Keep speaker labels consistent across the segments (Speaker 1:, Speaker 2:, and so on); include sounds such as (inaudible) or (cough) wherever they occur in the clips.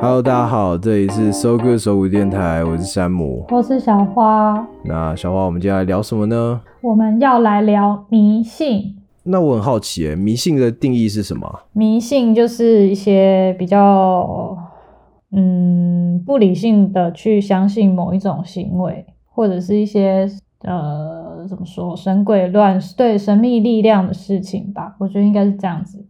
Speaker 1: Hello，大家好，这里是 So Good 手鼓电台，我是山姆。
Speaker 2: 我是小花，
Speaker 1: 那小花，我们接下来聊什么呢？
Speaker 2: 我们要来聊迷信。
Speaker 1: 那我很好奇耶，迷信的定义是什么啊？
Speaker 2: 迷信就是一些比较嗯不理性的去相信某一种行为，或者是一些呃怎么说神鬼乱对神秘力量的事情吧。我觉得应该是这样子，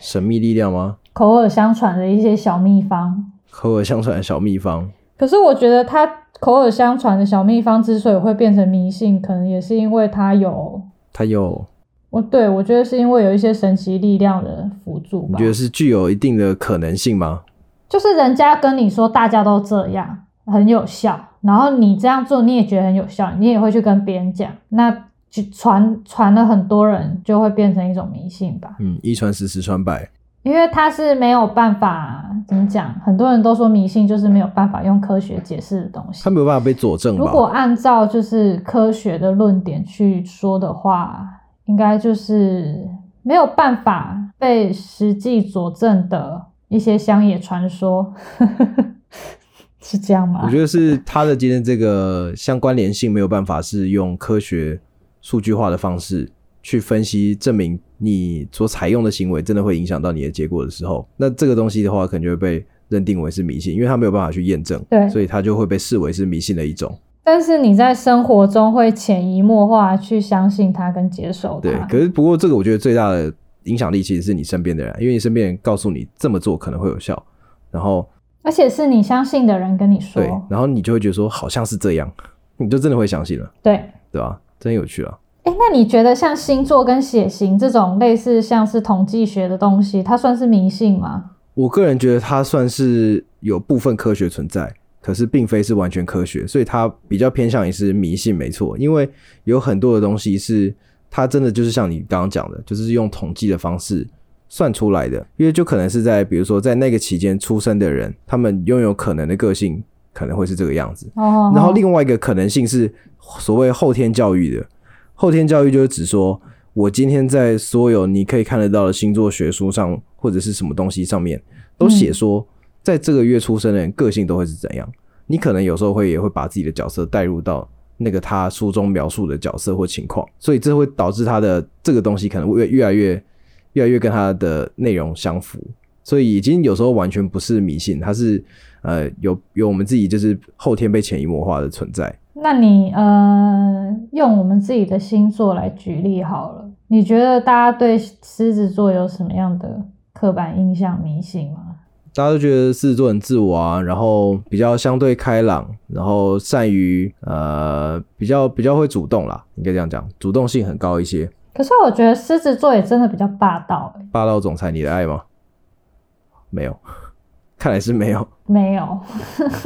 Speaker 1: 神秘力量吗？
Speaker 2: 口耳相传的一些小秘方。
Speaker 1: 口耳相传的小秘方。
Speaker 2: 可是我觉得他口耳相传的小秘方之所以会变成迷信，可能也是因为他有
Speaker 1: 它有，
Speaker 2: 我对我觉得是因为有一些神奇力量的辅助吧。
Speaker 1: 你觉得是具有一定的可能性吗？
Speaker 2: 就是人家跟你说大家都这样很有效，然后你这样做你也觉得很有效，你也会去跟别人讲，那就传传了很多人就会变成一种迷信吧。
Speaker 1: 嗯，一传十，十传百。
Speaker 2: 因为它是没有办法怎么讲，很多人都说迷信就是没有办法用科学解释的东西
Speaker 1: 它。没有办法被佐证
Speaker 2: 如果
Speaker 1: 吧？
Speaker 2: 按照就是科学的论点去说的话，应该就是没有办法被实际佐证的一些乡野传说，是这样吗？
Speaker 1: 我觉得是它的今天这个相关联性没有办法是用科学数据化的方式去分析证明你所采用的行为真的会影响到你的结果的时候，那这个东西的话，可能就会被认定为是迷信，因为它没有办法去验证，
Speaker 2: 对
Speaker 1: 所以它就会被视为是迷信的一种。
Speaker 2: 但是你在生活中会潜移默化地去相信它跟接受
Speaker 1: 对，
Speaker 2: 它。
Speaker 1: 可是不过这个我觉得最大的影响力其实是你身边的人，因为你身边人告诉你这么做可能会有效，然后
Speaker 2: 而且是你相信的人跟你说
Speaker 1: 对，，然后你就会觉得说好像是这样，你就真的会相信了，
Speaker 2: 对。
Speaker 1: 对吧？真有趣啊！
Speaker 2: 哎，那你觉得像星座跟血型这种类似像是统计学的东西，它算是迷信吗？
Speaker 1: 我个人觉得它算是有部分科学存在，可是并非是完全科学，所以它比较偏向于是迷信，没错。因为有很多的东西是它真的就是像你刚刚讲的，就是用统计的方式算出来的，因为就可能是在比如说在那个期间出生的人，他们拥有可能的个性可能会是这个样子。
Speaker 2: 哦，
Speaker 1: 然后另外一个可能性是所谓后天教育的，后天教育就是指说我今天在所有你可以看得到的星座学书上或者是什么东西上面都写说，在这个月出生的人个性都会是怎样。你可能有时候会也会把自己的角色带入到那个他书中描述的角色或情况，所以这会导致他的这个东西可能会越越来越越来越跟他的内容相符。所以已经有时候完全不是迷信，它是呃有有我们自己就是后天被潜移默化的存在。
Speaker 2: 那你呃，用我们自己的星座来举例好了。你觉得大家对狮子座有什么样的刻板印象、迷信吗？
Speaker 1: 大家都觉得狮子座很自我啊，然后比较相对开朗，然后善于呃比较比较会主动啦，应该这样讲，主动性很高一些。
Speaker 2: 可是我觉得狮子座也真的比较霸道、欸，
Speaker 1: 霸道总裁，你的爱吗？没有，看来是没有，
Speaker 2: 没有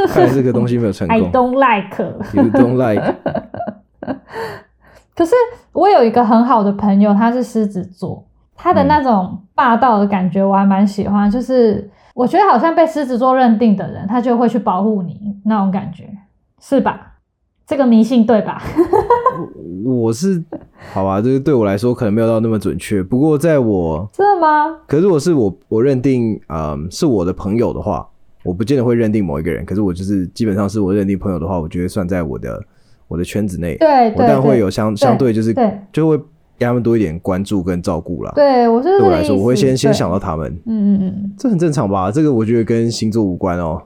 Speaker 1: 看来这个东西没有成
Speaker 2: ，I
Speaker 1: 功。
Speaker 2: don't like。
Speaker 1: You don't like，
Speaker 2: 可是我有一个很好的朋友，他是狮子座，他的那种霸道的感觉我还蛮喜欢，就是我觉得好像被狮子座认定的人，他就会去保护你那种感觉，是吧？这个迷信对吧？ (laughs)
Speaker 1: 我是好吧，这个对我来说可能没有到那么准确。不过在我
Speaker 2: 真的吗？
Speaker 1: 可是如果是我我认定，嗯，是我的朋友的话，我不见得会认定某一个人。可是我就是基本上是我认定朋友的话，我觉得算在我的我的圈子内。
Speaker 2: 对
Speaker 1: 我
Speaker 2: 对
Speaker 1: 但
Speaker 2: 对，
Speaker 1: 会有相相对就是
Speaker 2: 对
Speaker 1: 就会给他们多一点关注跟照顾啦。
Speaker 2: 对，我就
Speaker 1: 对
Speaker 2: 是这
Speaker 1: 我
Speaker 2: 个
Speaker 1: 来
Speaker 2: 意
Speaker 1: 说，
Speaker 2: 思
Speaker 1: 我会先先
Speaker 2: 对
Speaker 1: 想到他们，
Speaker 2: 嗯嗯嗯。
Speaker 1: 这很正常吧？这个我觉得跟星座无关哦，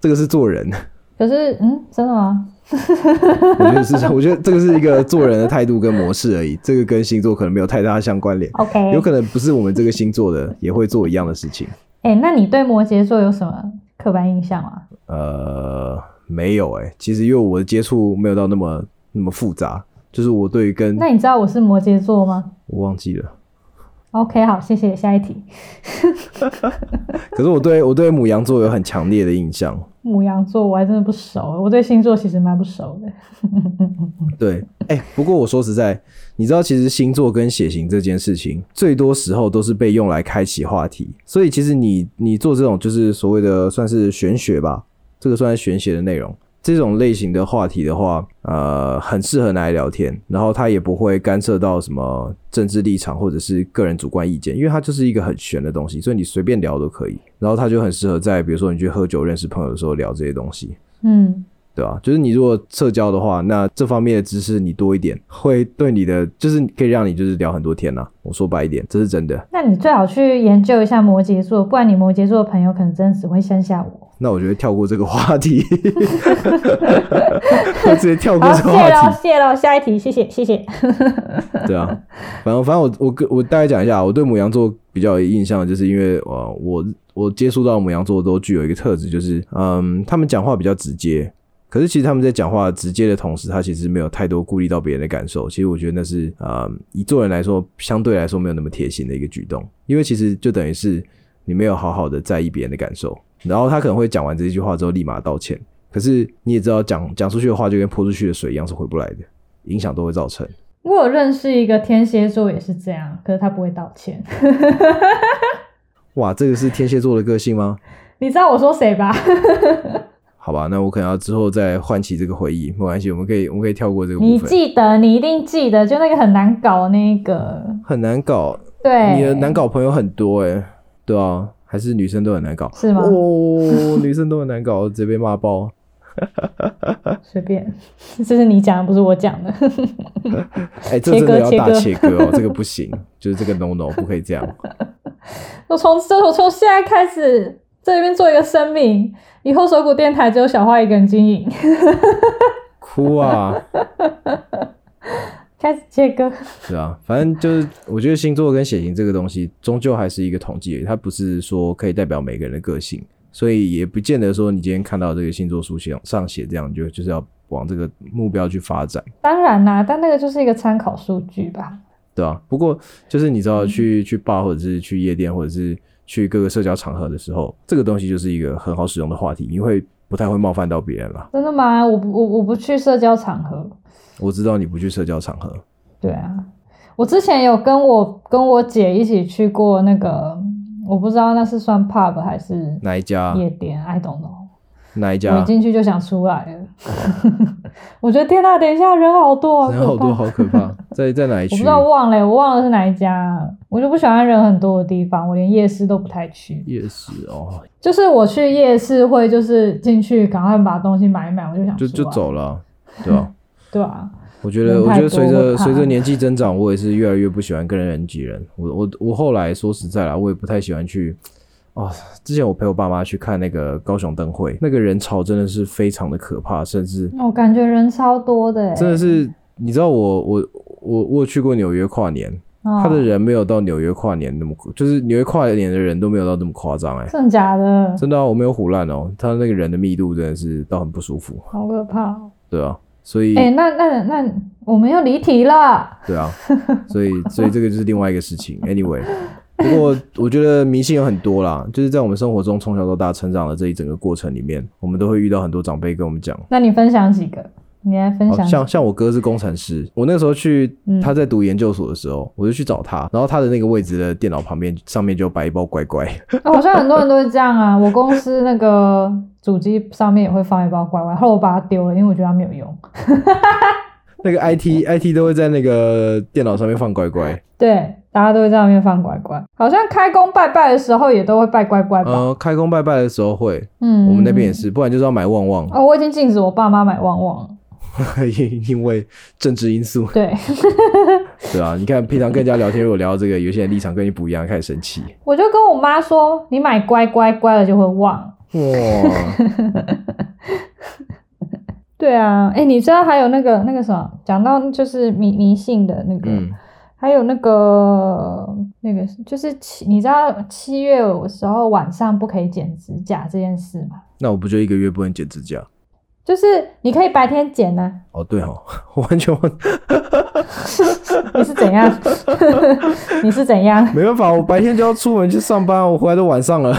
Speaker 1: 这个是做人。 (laughs)
Speaker 2: 可是，嗯，真的吗？
Speaker 1: 我觉得是，
Speaker 2: (laughs)
Speaker 1: 我觉得这个是一个做人的态度跟模式而已，这个跟星座可能没有太大的相关
Speaker 2: (laughs)
Speaker 1: 联。
Speaker 2: OK，
Speaker 1: 有可能不是我们这个星座的也会做一样的事情。
Speaker 2: 哎、那你对摩羯座有什么刻板印象吗？
Speaker 1: 嗯呃，没有哎、其实因为我的接触没有到那么那么复杂，就是我对于跟
Speaker 2: 那你知道我是摩羯座吗
Speaker 1: 我忘记了，
Speaker 2: ？OK，好，谢谢。下一题，
Speaker 1: 可是我对我对母羊座有很强烈的印象。
Speaker 2: 母羊座我还真的不熟，我对星座其实蛮不熟的。
Speaker 1: 对，哎、不过我说实在，你知道，其实星座跟血型这件事情，最多时候都是被用来开启话题。所以其实你你做这种就是所谓的算是玄学吧，这个算是玄学的内容，这种类型的话题的话，呃，很适合拿来聊天，然后它也不会干涉到什么政治立场或者是个人主观意见，因为它就是一个很玄的东西，所以你随便聊都可以。然后它就很适合在比如说你去喝酒认识朋友的时候聊这些东西，
Speaker 2: 嗯，
Speaker 1: 对吧、就是你如果社交的话，那这方面的知识你多一点，会对你的就是可以让你就是聊很多天呐、啊我说白一点，这是真的。
Speaker 2: 那你最好去研究一下摩羯座，不然你摩羯座的朋友可能真的只会剩下我。
Speaker 1: 那我觉得跳过这个话题， (laughs) 我直接跳过
Speaker 2: 好，
Speaker 1: 这个
Speaker 2: 谢
Speaker 1: 话
Speaker 2: 喽
Speaker 1: 题。
Speaker 2: 谢喽，下一题，谢谢谢谢。 (laughs)
Speaker 1: 对啊，反正反正我我跟我大概讲一下，我对母羊座比较有印象，就是因为呃我我接触到母羊座都具有一个特质，就是嗯他们讲话比较直接，可是其实他们在讲话直接的同时，他其实没有太多顾虑到别人的感受。其实我觉得那是呃以做人来说，相对来说没有那么贴心的一个举动，因为其实就等于是你没有好好的在意别人的感受，然后他可能会讲完这句话之后立马道歉。可是你也知道讲讲出去的话就跟泼出去的水一样是回不来的，影响都会造成。
Speaker 2: 我有认识一个天蝎座也是这样，可是他不会道歉。 (laughs)
Speaker 1: 哇，这个是天蝎座的个性吗？
Speaker 2: 你知道我说谁吧？
Speaker 1: 好吧，那我可能要之后再唤起这个回忆，没关系，我们可以我们可以跳过这个部
Speaker 2: 你
Speaker 1: 分。
Speaker 2: 记得，你一定记得，就那个很难搞的那个，
Speaker 1: 很难搞，
Speaker 2: 对，
Speaker 1: 你的难搞朋友很多哎、对啊，还是女生都很难搞，
Speaker 2: 是吗
Speaker 1: 哦，女生都很难搞，直接被骂爆。
Speaker 2: 随便， (laughs) 这是你讲的，不是我讲的。 (laughs)
Speaker 1: 哎、这真的要
Speaker 2: 切
Speaker 1: 大
Speaker 2: 割
Speaker 1: 切割哦，这个不行，就是这个 no no 不可以这样。
Speaker 2: 我从这，我从现在开始，这边做一个声明，以后手鼓电台只有小花一个人经营， (laughs)
Speaker 1: 哭啊，
Speaker 2: 开始切割。
Speaker 1: 是啊，反正就是我觉得星座跟血型这个东西，终究还是一个统计而已，它不是说可以代表每个人的个性，所以也不见得说你今天看到这个星座书写上写这样，你就就是要往这个目标去发展，
Speaker 2: 当然啦，但那个就是一个参考数据吧。
Speaker 1: 对吧、不过就是你知道去去 bar 或者是去夜店或者是去各个社交场合的时候，这个东西就是一个很好使用的话题，因为不太会冒犯到别人啦。
Speaker 2: 真的吗？我不，我我不去社交场合。
Speaker 1: 我知道你不去社交场合，
Speaker 2: 对啊，我之前有跟我跟我姐一起去过那个，我不知道那是算 pub 还是
Speaker 1: 哪一家
Speaker 2: 夜店、i don't know。
Speaker 1: 哪一
Speaker 2: 我一
Speaker 1: 家，
Speaker 2: 进去就想出来了， (laughs) 我觉得天呐，等一下人好多，啊好可
Speaker 1: 人好多
Speaker 2: 怕
Speaker 1: 好可怕，在在哪一
Speaker 2: 我不
Speaker 1: 区
Speaker 2: 知？道忘了，我忘了是哪一家。我就不喜欢人很多的地方，我连夜市都不太去。
Speaker 1: 夜市哦，
Speaker 2: 就是我去夜市会，就是进去赶快把东西买一买，我就想
Speaker 1: 就
Speaker 2: 出
Speaker 1: 就
Speaker 2: 来
Speaker 1: 走了，对
Speaker 2: (laughs)
Speaker 1: 吧、
Speaker 2: 对啊，
Speaker 1: 我觉得，
Speaker 2: 人
Speaker 1: 我
Speaker 2: 太
Speaker 1: 觉得随
Speaker 2: 多会
Speaker 1: 着
Speaker 2: 怕
Speaker 1: 随着年纪增长，我也是越来越不喜欢跟人挤人。我我我后来说实在啦，我也不太喜欢去。哦，之前我陪我爸妈去看那个高雄灯会，那个人潮真的是非常的可怕，甚至
Speaker 2: 我哦感觉人超多的、欸，
Speaker 1: 真的是，你知道我我我我有去过纽约跨年，
Speaker 2: 哦、
Speaker 1: 他的人没有到纽约跨年那么，就是纽约跨年的人都没有到那么夸张哎、
Speaker 2: 真的假的，
Speaker 1: 真的啊、我没有唬烂哦，他那个人的密度真的是到很不舒服，
Speaker 2: 好可怕哦。
Speaker 1: 对啊，所以
Speaker 2: 哎、那那那我们又离题了，
Speaker 1: 对啊，所以所以这个就是另外一个事情。Anyway，不过我觉得迷信有很多啦，就是在我们生活中从小到大成长的这一整个过程里面，我们都会遇到很多长辈跟我们讲。
Speaker 2: 那你分享几个？你来分
Speaker 1: 哦
Speaker 2: 享、，
Speaker 1: 像像我哥是工程师，我那时候去
Speaker 2: 嗯
Speaker 1: 他在读研究所的时候，我就去找他，然后他的那个位置的电脑旁边上面就摆一包乖乖， (laughs)
Speaker 2: 哦 (laughs) 好像很多人都是这样啊。我公司那个主机上面也会放一包乖乖，后来我把它丢了，因为我觉得它没有用。
Speaker 1: 那个 IT IT 都会在那个电脑上面放乖
Speaker 2: (laughs)
Speaker 1: 乖，
Speaker 2: 对，大家都会在外面放乖乖，好像开工拜拜的时候也都会拜乖乖吧。
Speaker 1: 呃，开工拜拜的时候会，
Speaker 2: 嗯，
Speaker 1: 我们那边也是，不然就是要买旺旺， (laughs)
Speaker 2: 哦，我已经禁止我爸妈买旺旺了。
Speaker 1: 因因为政治因素。
Speaker 2: 对， (laughs)
Speaker 1: 对啊，你看平常跟人家聊天，如果聊到这个，有些人立场跟你不一样，开始生气。
Speaker 2: 我就跟我妈说，你买乖乖乖了就会忘。
Speaker 1: 哇，
Speaker 2: 对啊，哎，你知道还有那个那个什么，讲到就是迷迷信的那个，
Speaker 1: 嗯，
Speaker 2: 还有那个那个就是七，你知道七月有时候晚上不可以剪指甲这件事吗？
Speaker 1: 那我不就一个月不能剪指甲？
Speaker 2: 就是你可以白天剪啊呐、
Speaker 1: 哦，对哦， (laughs) 我完全忘
Speaker 2: (laughs) 你是怎样？ (laughs) 你是怎
Speaker 1: (laughs)
Speaker 2: 样？
Speaker 1: 没办法，我白天就要出门去上班，我回来都晚上了， (laughs)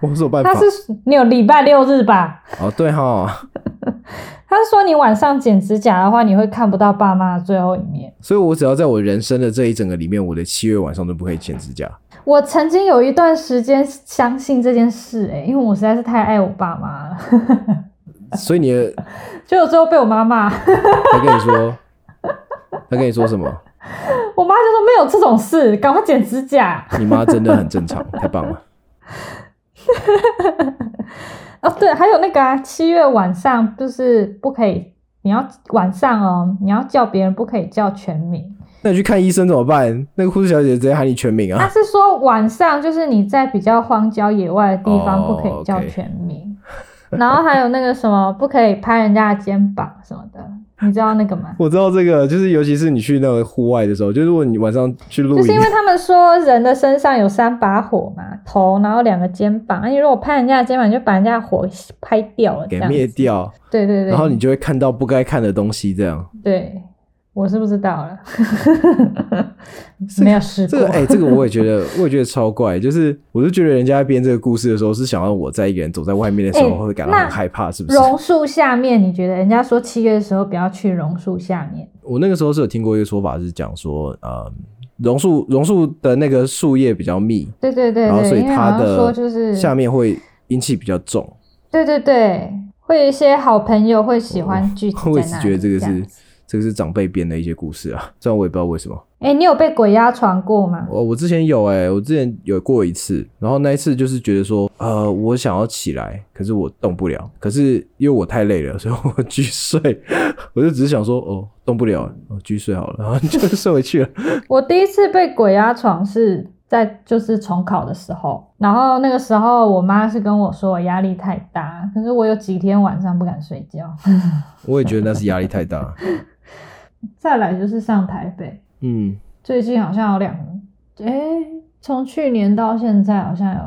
Speaker 1: 我有什么办法
Speaker 2: 他？是你有礼拜六日吧？
Speaker 1: 哦，对哈、哦，
Speaker 2: 他是说你晚上剪指甲的话，你会看不到爸妈的最后一面。
Speaker 1: 所以我只要在我人生的这一整个里面，我的七月晚上都不可以剪指甲。
Speaker 2: 我曾经有一段时间相信这件事、欸，因为我实在是太爱我爸妈了。
Speaker 1: 所以你的
Speaker 2: 结果最后被我妈骂， (laughs)
Speaker 1: 他跟你说， (laughs) 他跟你说什么？
Speaker 2: 我妈就说没有这种事，赶快剪指甲。
Speaker 1: 你妈真的很正常，太棒了。
Speaker 2: 哦，对，还有那个啊，七月晚上就是不可以，你要晚上哦，你要叫别人不可以叫全名。
Speaker 1: 那你去看医生怎么办？那个护士小姐直接喊你全名
Speaker 2: 他
Speaker 1: 啊！
Speaker 2: 是说晚上就是你在比较荒郊野外的地方
Speaker 1: 哦
Speaker 2: 不可以叫
Speaker 1: OK
Speaker 2: 全名，然后还有那个什么不可以拍人家的肩膀什么的，你知道那个吗？
Speaker 1: 我知道这个，就是尤其是你去那个户外的时候，就如果你晚上去露
Speaker 2: 就是
Speaker 1: 营
Speaker 2: 因为，他们说人的身上有三把火嘛，头，然后两个肩膀，那、你如果拍人家的肩膀，你就把人家的火拍掉了，这
Speaker 1: (laughs) 给
Speaker 2: 样
Speaker 1: 灭
Speaker 2: 子。
Speaker 1: 掉，
Speaker 2: 对对对，
Speaker 1: 然后你就会看到不该看的东西。这样，
Speaker 2: 对，我是不知道了，没有试
Speaker 1: 这
Speaker 2: 过。
Speaker 1: 个哎、这个我也觉得，我也觉得超怪。就是我就觉得人家在编这个故事的时候，是想让我在一个人走在外面的时候
Speaker 2: 哎
Speaker 1: 会感到很
Speaker 2: 那
Speaker 1: 害怕，是不是？
Speaker 2: 榕树下面，你觉得人家说七月的时候不要去榕树下面，
Speaker 1: 我那个时候是有听过一个说法，是讲说，呃，榕树榕树的那个树叶比较密，
Speaker 2: 对对对
Speaker 1: 然后所
Speaker 2: 对，
Speaker 1: 以
Speaker 2: 因为好
Speaker 1: 它
Speaker 2: 像说就是
Speaker 1: 的下面会阴气比较重。
Speaker 2: 对对对，会有一些好朋友会喜欢聚集在那里。
Speaker 1: 我 (laughs) 也是觉得这个
Speaker 2: 样
Speaker 1: 是
Speaker 2: 子。
Speaker 1: 这个是长辈编的一些故事啊，虽然我也不知道为什么。
Speaker 2: 哎、你有被鬼压床过吗？
Speaker 1: 我我之前有哎、我之前有过一次，然后那一次就是觉得说，呃，我想要起来，可是我动不了，可是因为我太累了，所以我继续睡。 (laughs) 我就只是想说，哦，动不了，哦，继续睡好了，然后就睡回去了。 (laughs)
Speaker 2: 我第一次被鬼压床是在就是重考的时候，然后那个时候我妈是跟我说我压力太大，可是我有几天晚上不敢睡觉。 (laughs)
Speaker 1: 我也觉得那是压力太大。
Speaker 2: 再来就是上台北，
Speaker 1: 嗯，
Speaker 2: 最近好像有两，哎、从去年到现在好像有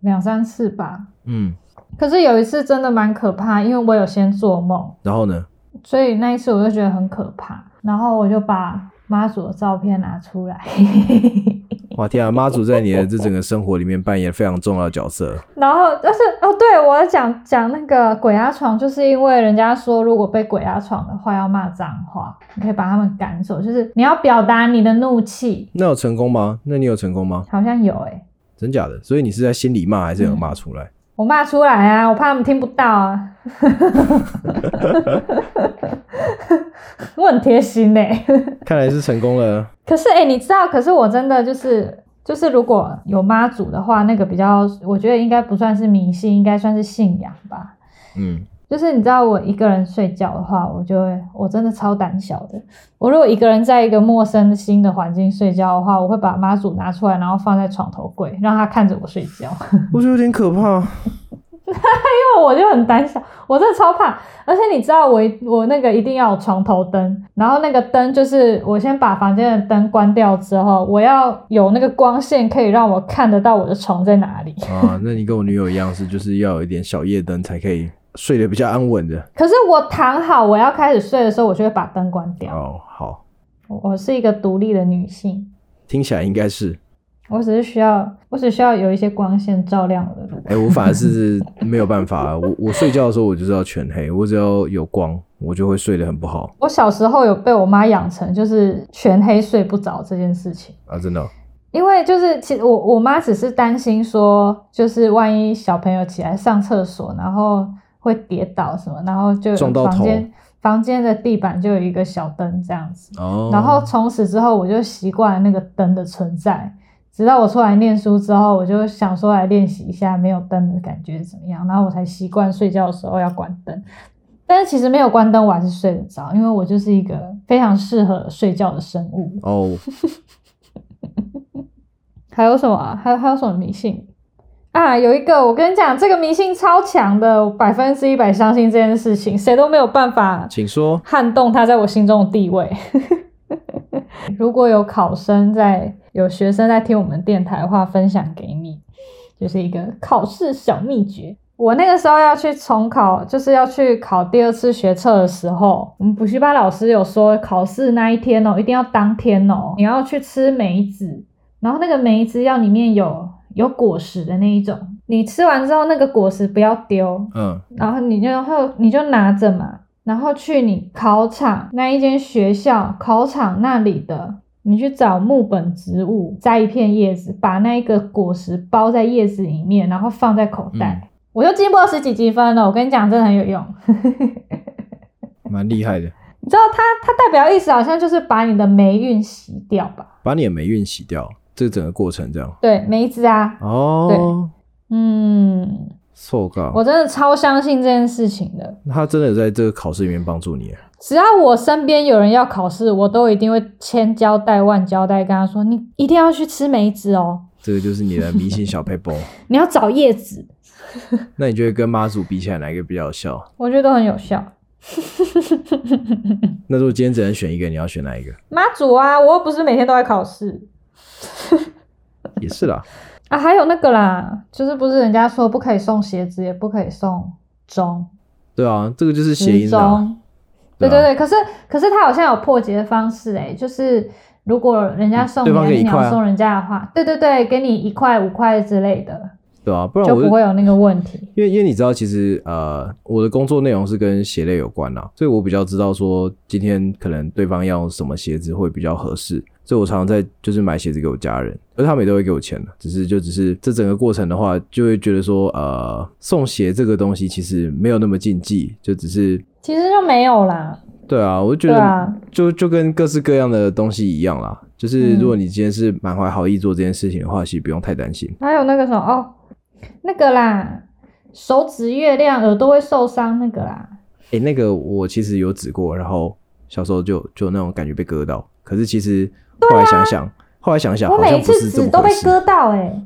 Speaker 2: 两三次吧。
Speaker 1: 嗯，
Speaker 2: 可是有一次真的蛮可怕，因为我有先做梦，
Speaker 1: 然后呢？
Speaker 2: 所以那一次我就觉得很可怕，然后我就把妈祖的照片拿出来， (laughs)
Speaker 1: 哇天啊，妈祖在你的这整个生活里面扮演非常重要的角色。
Speaker 2: 然后但是哦，对我要讲讲那个鬼压床，就是因为人家说如果被鬼压床的话要骂脏话，你可以把他们赶走，就是你要表达你的怒气，
Speaker 1: 那有成功吗？那你有成功吗？
Speaker 2: 好像有诶、
Speaker 1: 真假的？所以你是在心里骂，还是有骂出来？ (laughs)
Speaker 2: 我骂出来啊，我怕他们听不到啊。我很贴心呢、
Speaker 1: 看来是成功了。
Speaker 2: 可是哎、欸你知道，可是我真的就是就是，如果有妈祖的话，那个比较，我觉得应该不算是迷信，应该算是信仰吧。
Speaker 1: 嗯，
Speaker 2: 就是你知道，我一个人睡觉的话，我就会，我真的超胆小的。我如果一个人在一个陌生新的环境睡觉的话，我会把妈祖拿出来，然后放在床头柜，让她看着我睡觉。
Speaker 1: 我觉得有点可怕。
Speaker 2: 因为我就很胆小，我真的超怕。而且你知道我一，我那个一定要有床头灯，然后那个灯就是我先把房间的灯关掉之后，我要有那个光线可以让我看得到我的床在哪里。
Speaker 1: 啊，那你跟我女友一样是，就是要有一点小夜灯才可以睡得比较安稳的。
Speaker 2: 可是我躺好，我要开始睡的时候，我就会把灯关掉。
Speaker 1: 哦，好，
Speaker 2: 我是一个独立的女性，
Speaker 1: 听起来应该是，
Speaker 2: 我只是需要，我只需要有一些光线照亮我的路。
Speaker 1: 哎、我反而是没有办法，啊我我睡觉的时候我就是要全黑，我只要有光，我就会睡得很不好
Speaker 2: 我小时候有被我妈养成就是全黑睡不着这件事情。
Speaker 1: 啊，真的哦、
Speaker 2: 因为就是，其实我我妈只是担心说，就是万一小朋友起来上厕所，然后会跌倒什么，然后就
Speaker 1: 撞到头
Speaker 2: 房间房间的地板就有一个小灯这样子。
Speaker 1: 哦，
Speaker 2: 然后从此之后，我就习惯了那个灯的存在。直到我出来念书之后，我就想说来练习一下没有灯的感觉怎么样，然后我才习惯睡觉的时候要关灯。但是其实没有关灯，我还是睡得着，因为我就是一个非常适合睡觉的生物。
Speaker 1: 哦，
Speaker 2: 还有什么、啊？还有还有什么迷信啊？有一个，我跟你讲，这个迷信超强的，我百分之一百相信这件事情，谁都没有办法
Speaker 1: 请说。
Speaker 2: 撼动它在我心中的地位。 (laughs) 如果有考生在，有学生在听我们电台的话，分享给你，就是一个考试小秘诀。我那个时候要去重考，就是要去考第二次学测的时候，我们补习班老师有说，考试那一天哦，一定要当天哦，你要去吃梅子，然后那个梅子要里面有有果实的那一种，你吃完之后那个果实不要丢，
Speaker 1: 嗯，
Speaker 2: 然后你就然后你就拿着嘛，然后去你考场那一间学校考场那里的，你去找木本植物，摘一片叶子，把那一个果实包在叶子里面，然后放在口袋。我又进步了十几积分了。我跟你讲，真的很有用。
Speaker 1: 蛮厉害的，
Speaker 2: 你知道它它代表意思好像就是把你的霉运洗掉吧？
Speaker 1: 把你的霉运洗掉，这整个过程这样。
Speaker 2: 对，梅子啊，
Speaker 1: 哦，
Speaker 2: 嗯，
Speaker 1: 受告
Speaker 2: 我，真的超相信这件事情的。
Speaker 1: 那他真的有在这个考试里面帮助你耶，啊
Speaker 2: 只要我身边有人要考试，我都一定会千交代万交代，跟他说：“你一定要去吃梅子哦，
Speaker 1: 这个就是你的迷信小 paper。 (laughs)
Speaker 2: 你要找叶子。
Speaker 1: 那你觉得跟妈祖比起来，哪一个比较有效？”
Speaker 2: 我觉得都很有效。
Speaker 1: 那如果今天只能选一个，你要选哪一个？
Speaker 2: 妈祖啊，我又不是每天都在考试
Speaker 1: 也是啦，
Speaker 2: 啊。还有那个啦，就是不是人家说不可以送鞋子，也不可以送钟，
Speaker 1: 对啊，这个就是谐
Speaker 2: 时
Speaker 1: 音啦。啊
Speaker 2: 钟。对对对，可是可是他好像有破解的方式诶、就是如果人家送你，
Speaker 1: 对方给
Speaker 2: 你
Speaker 1: 一块啊
Speaker 2: 要送人家的话，对对对，给你一块五块之类的，
Speaker 1: 对啊，不然
Speaker 2: 就
Speaker 1: 我
Speaker 2: 不会有那个问题。
Speaker 1: 因为因为你知道，其实呃，我的工作内容是跟鞋类有关啦，所以我比较知道说今天可能对方要什么鞋子会比较合适，所以我常常在就是买鞋子给我家人，而他们也都会给我钱的，只是就只是这整个过程的话，就会觉得说呃，送鞋这个东西其实没有那么禁忌，就只是
Speaker 2: 其实就没有啦，
Speaker 1: 对啊，我就
Speaker 2: 对
Speaker 1: 觉得、
Speaker 2: 啊，
Speaker 1: 就就跟各式各样的东西一样啦，就是
Speaker 2: 嗯
Speaker 1: 如果你今天是满怀好意做这件事情的话，其实不用太担心。
Speaker 2: 还有那个什么哦，那个啦，手指月亮耳朵会受伤那个啦，
Speaker 1: 诶，那个我其实有指过，然后小时候就就有那种感觉被割到，可是其实后来想想，后来想想
Speaker 2: 啊我
Speaker 1: 好
Speaker 2: 每
Speaker 1: 像
Speaker 2: 一
Speaker 1: 不是
Speaker 2: 次
Speaker 1: 这
Speaker 2: 指
Speaker 1: 么
Speaker 2: 都
Speaker 1: 回
Speaker 2: 被
Speaker 1: 事。
Speaker 2: 割到哎、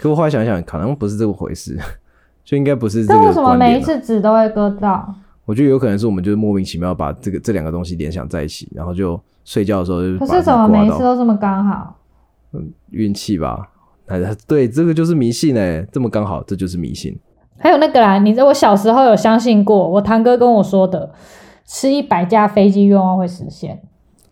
Speaker 1: 可我后来想想，可能不是这么回事， (laughs) 就应该不是这
Speaker 2: 但为
Speaker 1: 个
Speaker 2: 什么
Speaker 1: 观
Speaker 2: 每一
Speaker 1: 点啊啦。
Speaker 2: 次指都会割到？
Speaker 1: 我觉得有可能是我们就是莫名其妙把这个这两个东西联想在一起，然后就睡觉的时候就
Speaker 2: 可
Speaker 1: 把它
Speaker 2: 是怎么每一
Speaker 1: 刮
Speaker 2: 次
Speaker 1: 到
Speaker 2: 都这么刚好？
Speaker 1: 运气吧。哎，对，这个就是迷信哎、这么刚好，这就是迷信。
Speaker 2: 还有那个啦，你知道我小时候有相信过，我堂哥跟我说的，吃一百架飞机愿望会实现。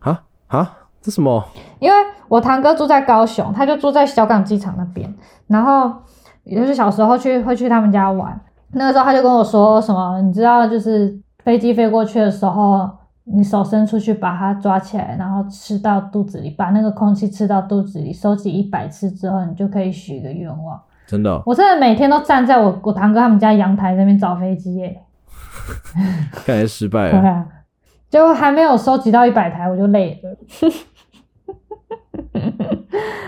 Speaker 1: 啊啊，这什么？
Speaker 2: 因为我堂哥住在高雄，他就住在小港机场那边，然后也就是小时候去会去他们家玩，那个时候他就跟我说什么，你知道就是飞机飞过去的时候，你手伸出去把它抓起来，然后吃到肚子里，把那个空气吃到肚子里，收集一百次之后，你就可以许一个愿望。
Speaker 1: 真的哦、
Speaker 2: 我真的每天都站在我我堂哥他们家阳台那边找飞机耶、
Speaker 1: 看来失败
Speaker 2: 对
Speaker 1: 了。
Speaker 2: 啊，结果还没有收集到一百台，我就累了。 (laughs)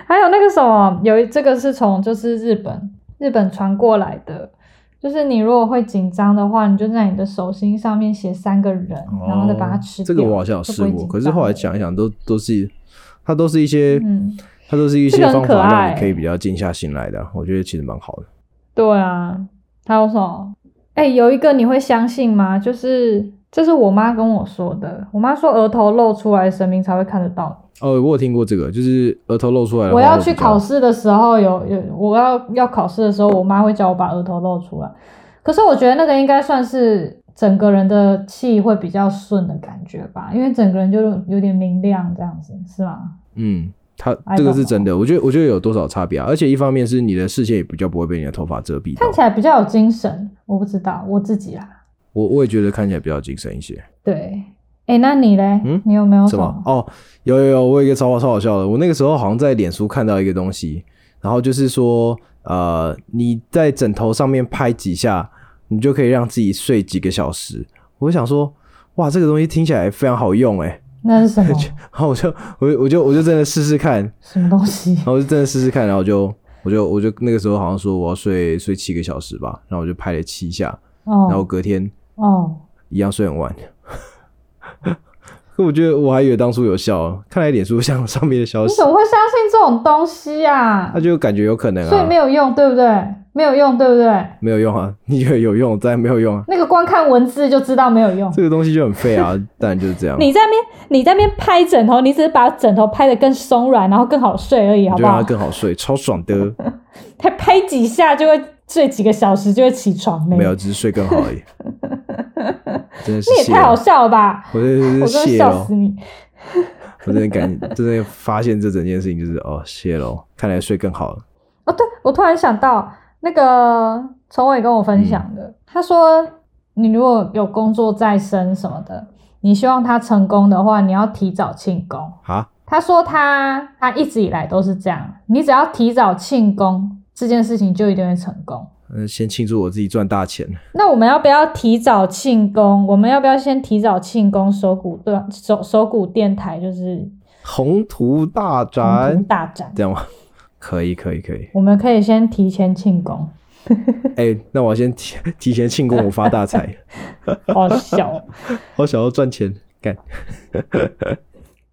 Speaker 2: 还有那个什么，有一这个是从就是日本日本传过来的，就是你如果会紧张的话，你就在你的手心上面写三个人，然后再把它吃
Speaker 1: 哦这
Speaker 2: 掉。
Speaker 1: 个我好像有
Speaker 2: 就
Speaker 1: 试
Speaker 2: 不会
Speaker 1: 过，
Speaker 2: 紧
Speaker 1: 可是
Speaker 2: 张
Speaker 1: 后来
Speaker 2: 了
Speaker 1: 想一想都，都是它都是一些，
Speaker 2: 嗯
Speaker 1: 它都是一些
Speaker 2: 这个很
Speaker 1: 方
Speaker 2: 可
Speaker 1: 法，让
Speaker 2: 爱
Speaker 1: 你可以比较静下心来的啊。我觉得其实蛮好的。
Speaker 2: 对啊，还有什么？哎、有一个你会相信吗？就是这是我妈跟我说的，我妈说额头露出来，神明才会看得到你。
Speaker 1: 哦，我有听过这个，就是额头露出来的话
Speaker 2: 我
Speaker 1: 会比较。
Speaker 2: 要去考试的时候有，有我要要考试的时候，我妈会叫我把额头露出来。可是我觉得那个应该算是整个人的气会比较顺的感觉吧，因为整个人就有点明亮这样子，是吗？
Speaker 1: 嗯，它
Speaker 2: I
Speaker 1: 这个
Speaker 2: don't
Speaker 1: 是真的。我觉得我觉得有多少差别啊？而且一方面是你的视线也比较不会被你的头发遮蔽
Speaker 2: 看起
Speaker 1: 到。
Speaker 2: 来比较有精神，我不知道我自己啦。
Speaker 1: 我我也觉得看起来比较精神一些。
Speaker 2: 对，哎，那你嘞？
Speaker 1: 嗯
Speaker 2: 你有没有
Speaker 1: 什
Speaker 2: 什
Speaker 1: 么？哦，有有有，我有一个超超好笑的。我那个时候好像在脸书看到一个东西，然后就是说，呃，你在枕头上面拍几下，你就可以让自己睡几个小时。我想说，哇，这个东西听起来非常好用哎，
Speaker 2: 那是什
Speaker 1: (laughs)
Speaker 2: 么
Speaker 1: 然后我就我我就我就真的试试看，然
Speaker 2: 什么
Speaker 1: (laughs)
Speaker 2: 东西？
Speaker 1: 后我就真的试试看，然后就我就我就那个时候好像说我要睡睡七个小时吧，然后我就拍了七下，然后
Speaker 2: 哦
Speaker 1: 隔天
Speaker 2: 哦，
Speaker 1: 一样睡很晚。 (laughs) 可我觉得我还以为当初有效哦，看来脸书上上面的消
Speaker 2: 你
Speaker 1: 息，
Speaker 2: 怎么会相信这种东西啊
Speaker 1: 那？就感觉有可能
Speaker 2: 所以
Speaker 1: 啊
Speaker 2: 没，有用，对不对？没有用，对不对？
Speaker 1: 没有用啊， (laughs) 你觉得有用，但没有用啊，
Speaker 2: 那个光看文字就知道没有用。
Speaker 1: 这个东西就很废啊， (laughs) 当然就是这样，
Speaker 2: 你在那边，你在那边拍枕头，你只是把枕头拍得更松软，然后更好睡而已，好
Speaker 1: 就
Speaker 2: 不
Speaker 1: 让它
Speaker 2: 好？
Speaker 1: 更好睡，超爽
Speaker 2: (laughs)
Speaker 1: 的，
Speaker 2: 才拍几下就会睡几个小时，就会起床嘞。
Speaker 1: 没有，只是睡更好而
Speaker 2: (laughs)
Speaker 1: 已，真的是
Speaker 2: 你也
Speaker 1: 谢
Speaker 2: 太好
Speaker 1: 了，
Speaker 2: 笑了吧！
Speaker 1: 我真的
Speaker 2: 我真
Speaker 1: 是
Speaker 2: 的
Speaker 1: 谢
Speaker 2: 笑
Speaker 1: 了，
Speaker 2: 死
Speaker 1: 哦
Speaker 2: 你。
Speaker 1: 我真的感真的发现这整件事情就是哦谢了，看来睡更好了，
Speaker 2: 哦，对，我突然想到那个崇伟跟我分享的，他说你如果有工作在身什么的，你希望他成功的话，你要提早庆功。
Speaker 1: 啊，
Speaker 2: 他说他他一直以来都是这样，你只要提早庆功，这件事情就一定会成功。
Speaker 1: 嗯，先庆祝我自己赚大钱。
Speaker 2: 那我们要不要提早庆功？我们要不要先提早庆功手鼓段手手鼓电台就是
Speaker 1: 宏图大
Speaker 2: 宏
Speaker 1: 展
Speaker 2: 图，大展？
Speaker 1: 这样吗？可以，可以，可以。
Speaker 2: 我们可以先提前庆功，
Speaker 1: 哎、那我先提提前庆功，我发大财，
Speaker 2: (laughs) 好笑哦。
Speaker 1: 好想要赚钱。干，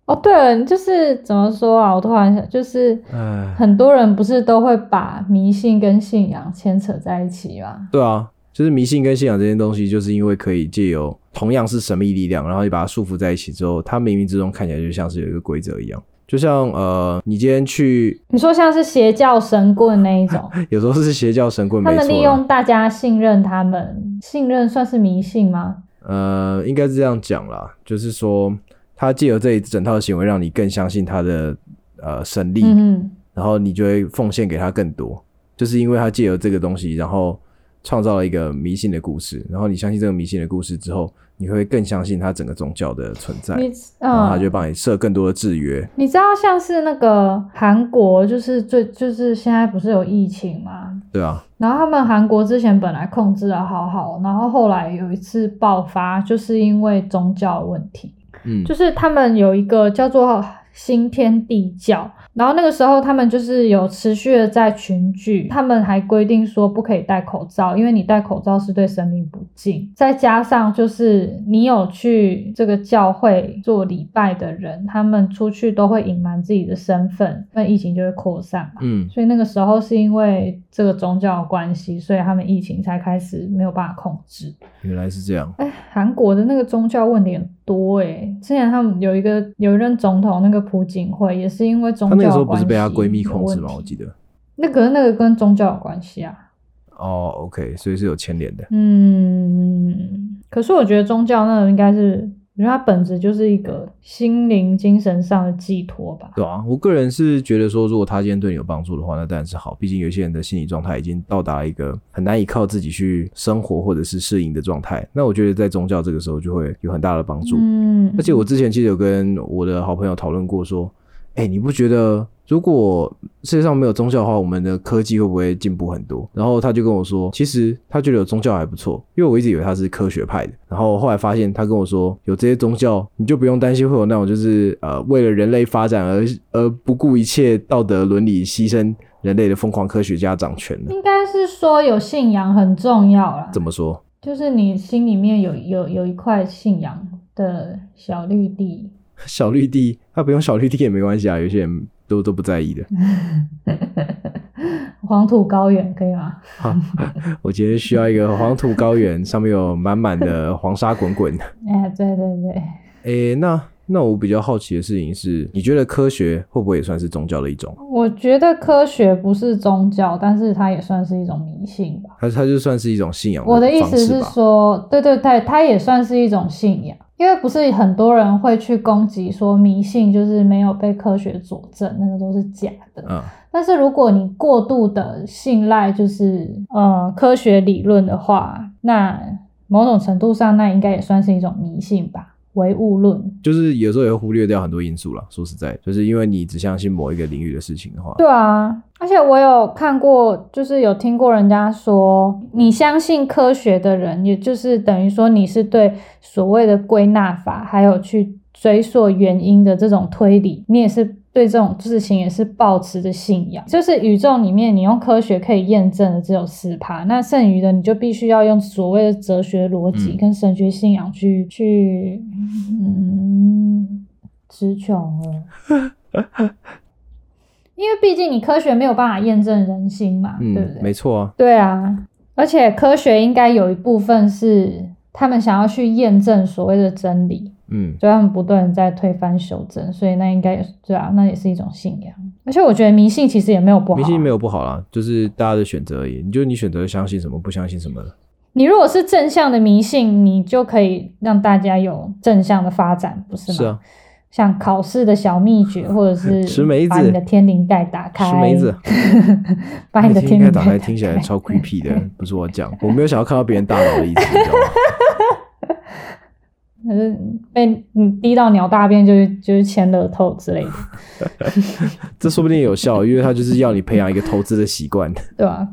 Speaker 2: 哦，对了，就是怎么说啊？我突然想，就是
Speaker 1: 哎，
Speaker 2: 很多人不是都会把迷信跟信仰牵扯在一起吗？
Speaker 1: 对啊，就是迷信跟信仰这些东西，就是因为可以借由同样是神秘力量，然后你把它束缚在一起之后，它冥冥之中看起来就像是有一个规则一样。就像呃，你今天去，
Speaker 2: 你说像是邪教神棍那一种，
Speaker 1: 有时候是邪教神棍，
Speaker 2: 他
Speaker 1: 没
Speaker 2: 们利
Speaker 1: 错啦，
Speaker 2: 用大家信任他们，信任算是迷信吗？
Speaker 1: 呃，应该是这样讲啦，就是说他借由这一整套行为，让你更相信他的呃神力，
Speaker 2: 嗯
Speaker 1: 然后你就会奉献给他更多，就是因为他借由这个东西，然后创造了一个迷信的故事，然后你相信这个迷信的故事之后，你会更相信他整个宗教的存在
Speaker 2: 哼，，你
Speaker 1: 然后他
Speaker 2: 嗯
Speaker 1: 就，帮你设更多的制约。
Speaker 2: 你知道像是那个韩国，就是最就是现在不是有疫情吗？
Speaker 1: 对啊，
Speaker 2: 然后他们韩国之前本来控制的好好，然后后来有一次爆发，就是因为宗教问题，
Speaker 1: 嗯
Speaker 2: 就是他们有一个叫做新天地教，然后那个时候他们就是有持续的在群聚，他们还规定说不可以戴口罩，因为你戴口罩是对生命不敬。再加上就是你有去这个教会做礼拜的人，他们出去都会隐瞒自己的身份，那疫情就会扩散嘛。
Speaker 1: 嗯，
Speaker 2: 所以那个时候是因为这个宗教的关系，所以他们疫情才开始没有办法控制。
Speaker 1: 原来是这样。
Speaker 2: 哎，韩国的那个宗教问题很多哎、之前他们有一个有一任总统那个朴槿惠，也是因为宗
Speaker 1: 她
Speaker 2: 教
Speaker 1: 那个时候
Speaker 2: 的
Speaker 1: 不是被她
Speaker 2: 关系
Speaker 1: 闺蜜控制
Speaker 2: 有
Speaker 1: 吗？
Speaker 2: 问
Speaker 1: 我
Speaker 2: 题
Speaker 1: 记得。
Speaker 2: 那个那个跟宗教有关系啊。
Speaker 1: 哦，OK，所以是有牵连的。
Speaker 2: 嗯，可是我觉得宗教那个应该是，我觉得它本质就是一个心灵精神上的寄托吧。
Speaker 1: 对啊，我个人是觉得说，如果他今天对你有帮助的话，那当然是好。毕竟有一些人的心理状态已经到达一个很难以靠自己去生活或者是适应的状态，那我觉得在宗教这个时候就会有很大的帮助。
Speaker 2: 嗯，
Speaker 1: 而且我之前其实有跟我的好朋友讨论过，说，哎、你不觉得如果世界上没有宗教的话，我们的科技会不会进步很多？然后他就跟我说，其实他觉得有宗教还不错，因为我一直以为他是科学派的，然后后来发现他跟我说，有这些宗教，你就不用担心会有那种就是呃为了人类发展而而不顾一切道德伦理牺牲人类的疯狂科学家掌权了。
Speaker 2: 应该是说有信仰很重要啦，
Speaker 1: 怎么说？ (laughs)
Speaker 2: 就是你心里面有有有一块信仰的小绿地。
Speaker 1: 小绿地，他不用小绿地也没关系啊，有些人都都不在意的。
Speaker 2: 黄土高原可以吗？
Speaker 1: 我觉得需要一个黄土高原，上面有满满的黄沙滚
Speaker 2: (laughs)
Speaker 1: 滚。
Speaker 2: 哎，对对对，
Speaker 1: 诶、那那我比较好奇的事情是，你觉得科学会不会也算是宗教的一种？
Speaker 2: 我觉得科学不是宗教，但是它也算是一种迷信吧。
Speaker 1: 它它就算是一种信仰
Speaker 2: 我的意
Speaker 1: 方
Speaker 2: 思
Speaker 1: 式
Speaker 2: 是
Speaker 1: 呃吧？
Speaker 2: 说，对对对，它也算是一种信仰，因为不是很多人会去攻击说迷信就是没有被科学佐证，那个都是假的。
Speaker 1: 嗯，
Speaker 2: 但是如果你过度的信赖就是呃科学理论的话，那某种程度上那应该也算是一种迷信吧，唯物论。
Speaker 1: 就是有时候也会忽略掉很多因素啦。说实在，就是因为你只相信某一个领域的事情的话，
Speaker 2: 对啊，而且我有看过，就是有听过人家说，你相信科学的人，也就是等于说你是对所谓的归纳法，还有去追溯原因的这种推理，你也是。对这种事情也是抱持着信仰，就是宇宙里面你用科学可以验证的只有四趴，那剩余的你就必须要用所谓的哲学逻辑
Speaker 1: 嗯
Speaker 2: 跟神学信仰去、去，嗯，词穷了。 (laughs) 因为毕竟你科学没有办法验证人心嘛，对不
Speaker 1: 嗯，
Speaker 2: 对？
Speaker 1: 没错啊，
Speaker 2: 对啊，而且科学应该有一部分是他们想要去验证所谓的真理，
Speaker 1: 嗯，
Speaker 2: 所以他们不断的在推翻修正，所以那应该也是对啊，那也是一种信仰。而且我觉得迷信其实也没有不好啊，
Speaker 1: 迷信没有不好啦，就是大家的选择而已。你就你选择相信什么，不相信什么了。
Speaker 2: 你如果是正向的迷信，你就可以让大家有正向的发展，不是吗？
Speaker 1: 是啊，
Speaker 2: 像考试的小秘
Speaker 1: (laughs)
Speaker 2: 诀，或者是
Speaker 1: 吃梅子
Speaker 2: 把你的天灵盖打开，
Speaker 1: 吃梅子，
Speaker 2: (laughs) 把你的
Speaker 1: 听
Speaker 2: 天
Speaker 1: (laughs) 应该
Speaker 2: 灵
Speaker 1: 打
Speaker 2: 盖
Speaker 1: 开听起来超 creepy 的，不是我讲，我没有想要看到别人大脑的意思，你知道吗？
Speaker 2: 可是被你滴到鸟大便就是就是签乐透
Speaker 1: (laughs)
Speaker 2: 之类的，
Speaker 1: 这说不定有效，因为他就是要你培养一个投资的习惯。
Speaker 2: 对吧、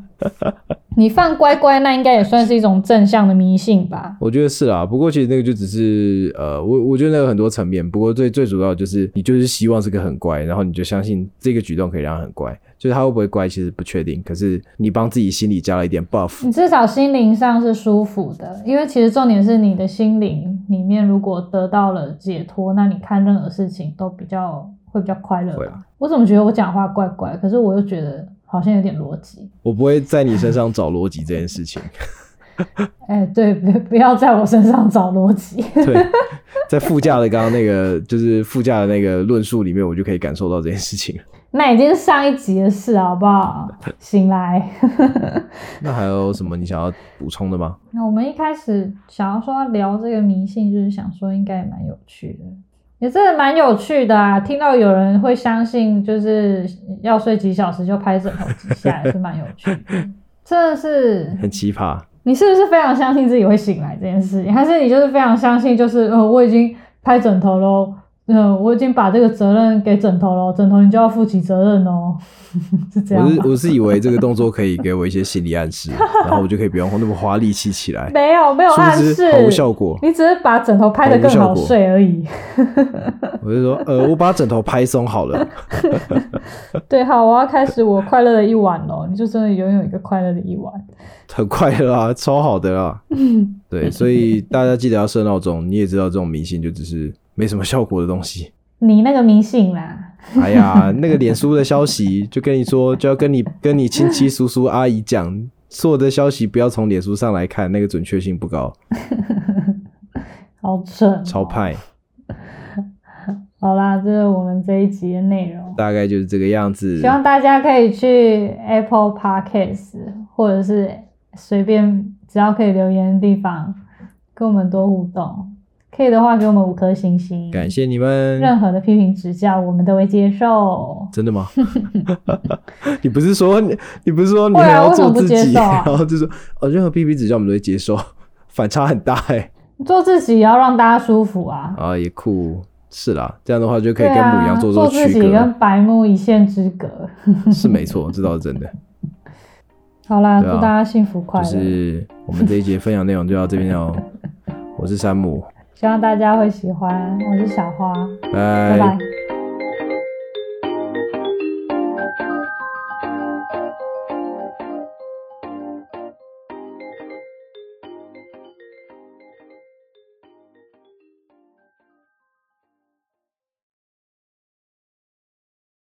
Speaker 2: 你放乖乖，那应该也算是一种正向的迷信吧？
Speaker 1: 我觉得是啦，不过其实那个就只是呃，我我觉得那有很多层面，不过最最主要就是你就是希望这个很乖，然后你就相信这个举动可以让他很乖，就是他会不会乖其实不确定，可是你帮自己心里加了一点 buff，
Speaker 2: 你至少心灵上是舒服的，因为其实重点是你的心灵里面如果得到了解脱，那你看任何事情都比较会比较快乐
Speaker 1: 会
Speaker 2: 吧。我怎么觉得我讲话怪怪，可是我又觉得好像有点逻辑。
Speaker 1: 我不会在你身上找逻辑这件事情，
Speaker 2: 哎、对，不不要在我身上找逻辑。 (laughs)
Speaker 1: 对，在副驾的刚刚那个就是副驾的那个论述里面，我就可以感受到这件事情了。
Speaker 2: 那已经是上一集的事，好不好？醒来。 (laughs)
Speaker 1: 那还有什么你想要补充的吗？
Speaker 2: 那我们一开始想要说要聊这个迷信，就是想说应该也蛮有趣的，也真的蛮有趣的啊！听到有人会相信，就是要睡几小时就拍枕头几下，也是蛮有趣的。真的是，
Speaker 1: 很奇葩，
Speaker 2: 你是不是非常相信自己会醒来这件事情？还是你就是非常相信，就是呃，我已经拍枕头喽，嗯、我已经把这个责任给枕头喽，枕头你就要负起责任哦， (laughs) 是这样
Speaker 1: 我
Speaker 2: 吗？
Speaker 1: 是我是以为这个动作可以给我一些心理暗示， (laughs) 然后我就可以不用那么花力气起来，
Speaker 2: (laughs) 没有没有暗
Speaker 1: 殊不
Speaker 2: 示
Speaker 1: 知毫无效果。
Speaker 2: 你只是把枕头拍得更好睡而已。
Speaker 1: 我就说，呃，我把枕头拍松好
Speaker 2: (laughs)
Speaker 1: 了。
Speaker 2: (laughs) 对，好，我要开始我快乐的一晚喽。你就真的拥有一个快乐的一晚。
Speaker 1: 很快乐啊，超好的啦。
Speaker 2: 嗯
Speaker 1: 对，所以大家记得要设闹钟。你也知道，这种迷信就只是没什么效果的东
Speaker 2: (laughs)
Speaker 1: 西。
Speaker 2: 你那个迷信啦，
Speaker 1: 哎呀，那个脸书的消息就跟你说，就要跟你跟你亲戚叔叔阿姨讲，所有的消息不要从脸书上来看，那个准确性不高，
Speaker 2: 好蠢、哦，
Speaker 1: 超。派。
Speaker 2: 好啦，这是我们这一集的内容。
Speaker 1: 大概就是这个样子
Speaker 2: 希。望大家可以去 Apple Podcast 或者是随便只要可以留言的地方跟我们多互动。可以的话，给我们五颗星星。
Speaker 1: 感谢你们。
Speaker 2: 任何的批评指教，我们都会接受。
Speaker 1: 真的吗？ (laughs) 你不是说你你不是说你
Speaker 2: 会啊
Speaker 1: 还要做
Speaker 2: 为什么不
Speaker 1: 自己，
Speaker 2: 接受啊
Speaker 1: (laughs) 然后就说哦，任何 PP 指教我们都会接受， (laughs) 反差很大哎、
Speaker 2: 做自己也要让大家舒服啊。
Speaker 1: 啊，也酷，是啦，这样的话就可以
Speaker 2: 对
Speaker 1: 跟母羊
Speaker 2: 啊、
Speaker 1: 做
Speaker 2: 自
Speaker 1: 区
Speaker 2: 己
Speaker 1: 隔，
Speaker 2: 跟白目一线之隔。 (laughs)
Speaker 1: 是没错，这倒是真的。
Speaker 2: 好啦，
Speaker 1: 对啊
Speaker 2: 祝大家幸福快
Speaker 1: 就
Speaker 2: 乐，
Speaker 1: 是我们这一节分享内容就到这边哦，我是山姆，
Speaker 2: 希望大家会喜欢。我是小花，拜
Speaker 1: 拜
Speaker 2: 拜。